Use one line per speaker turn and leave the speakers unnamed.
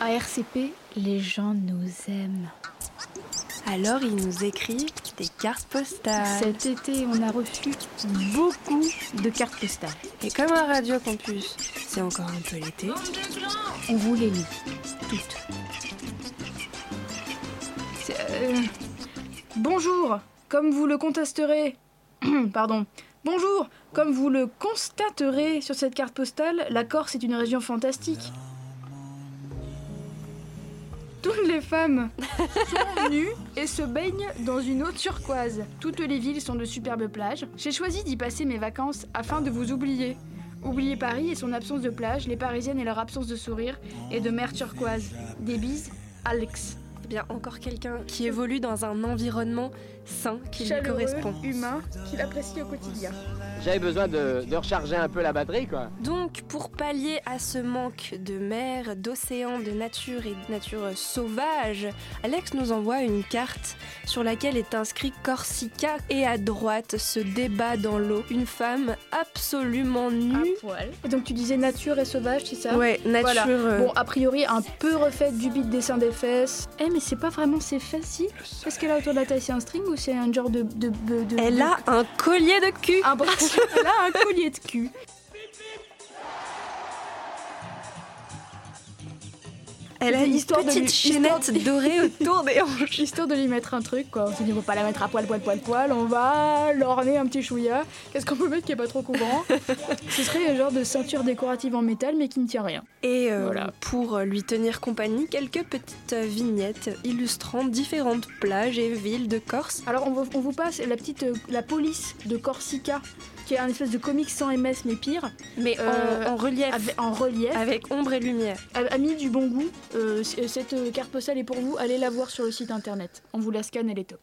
À RCP, les gens nous aiment.
Alors il nous écrit des cartes postales.
Cet été, on a reçu beaucoup de cartes postales.
Et comme à Radio Campus, c'est encore un peu l'été.
On vous les lit toutes. C'est, euh,
Bonjour, comme vous le contesterez. Pardon. Bonjour, comme vous le constaterez sur cette carte postale, la Corse est une région fantastique. Toutes les femmes sont nues et se baignent dans une eau turquoise. Toutes les villes sont de superbes plages. J'ai choisi d'y passer mes vacances afin de vous oublier. Oubliez Paris et son absence de plage, les Parisiennes et leur absence de sourire et de mer turquoise. Des bises, Alex.
Eh bien, encore quelqu'un qui évolue dans un environnement sain qui lui
Chaleureux,
correspond.
humain, qu'il apprécie au quotidien.
J'avais besoin de, de recharger un peu la batterie, quoi.
Donc, pour pallier à ce manque de mer, d'océan, de nature et de nature sauvage, Alex nous envoie une carte sur laquelle est inscrit Corsica et à droite se débat dans l'eau une femme absolument nue.
poil.
Mm. Et donc tu disais nature et sauvage, c'est ça
ouais, nature.
voilà.
euh,
Bon, a priori, un peu refaite du beat dessin des fesses. Eh, mais c'est pas vraiment ses fesses, si Est-ce qu'elle a autour de la taille, c'est un string ou c'est un genre de. de, de- de-
Elle
de-
a un collier de cul.
un bras- Elle a un collier de cul.
Elle a une
Histoire de
petite
lui-
chaînette dorée autour des hanches.
Histoire de lui mettre un truc, quoi. On s'est dit, on va pas la mettre à poil, poil, poil, poil. On va l'orner un petit chouïa. Qu'est-ce qu'on peut mettre qui est pas trop courant Ce serait un genre de ceinture décorative en métal, mais qui ne tient rien.
Et euh,
Voilà.
pour lui tenir compagnie, quelques petites euh, vignettes illustrant différentes plages et villes de Corse.
Alors on vous, on vous passe la petite euh, la police de Corsica, qui est un espèce de comic sans MS mais pire,
Mais en-
Euh,
en, relief, avec,
avec- en relief.
ombre et lumière.
A- Amis du bon goût, euh, c- cette euh, carte postale est pour vous, allez la voir sur le site internet. On vous la scanne, elle est top.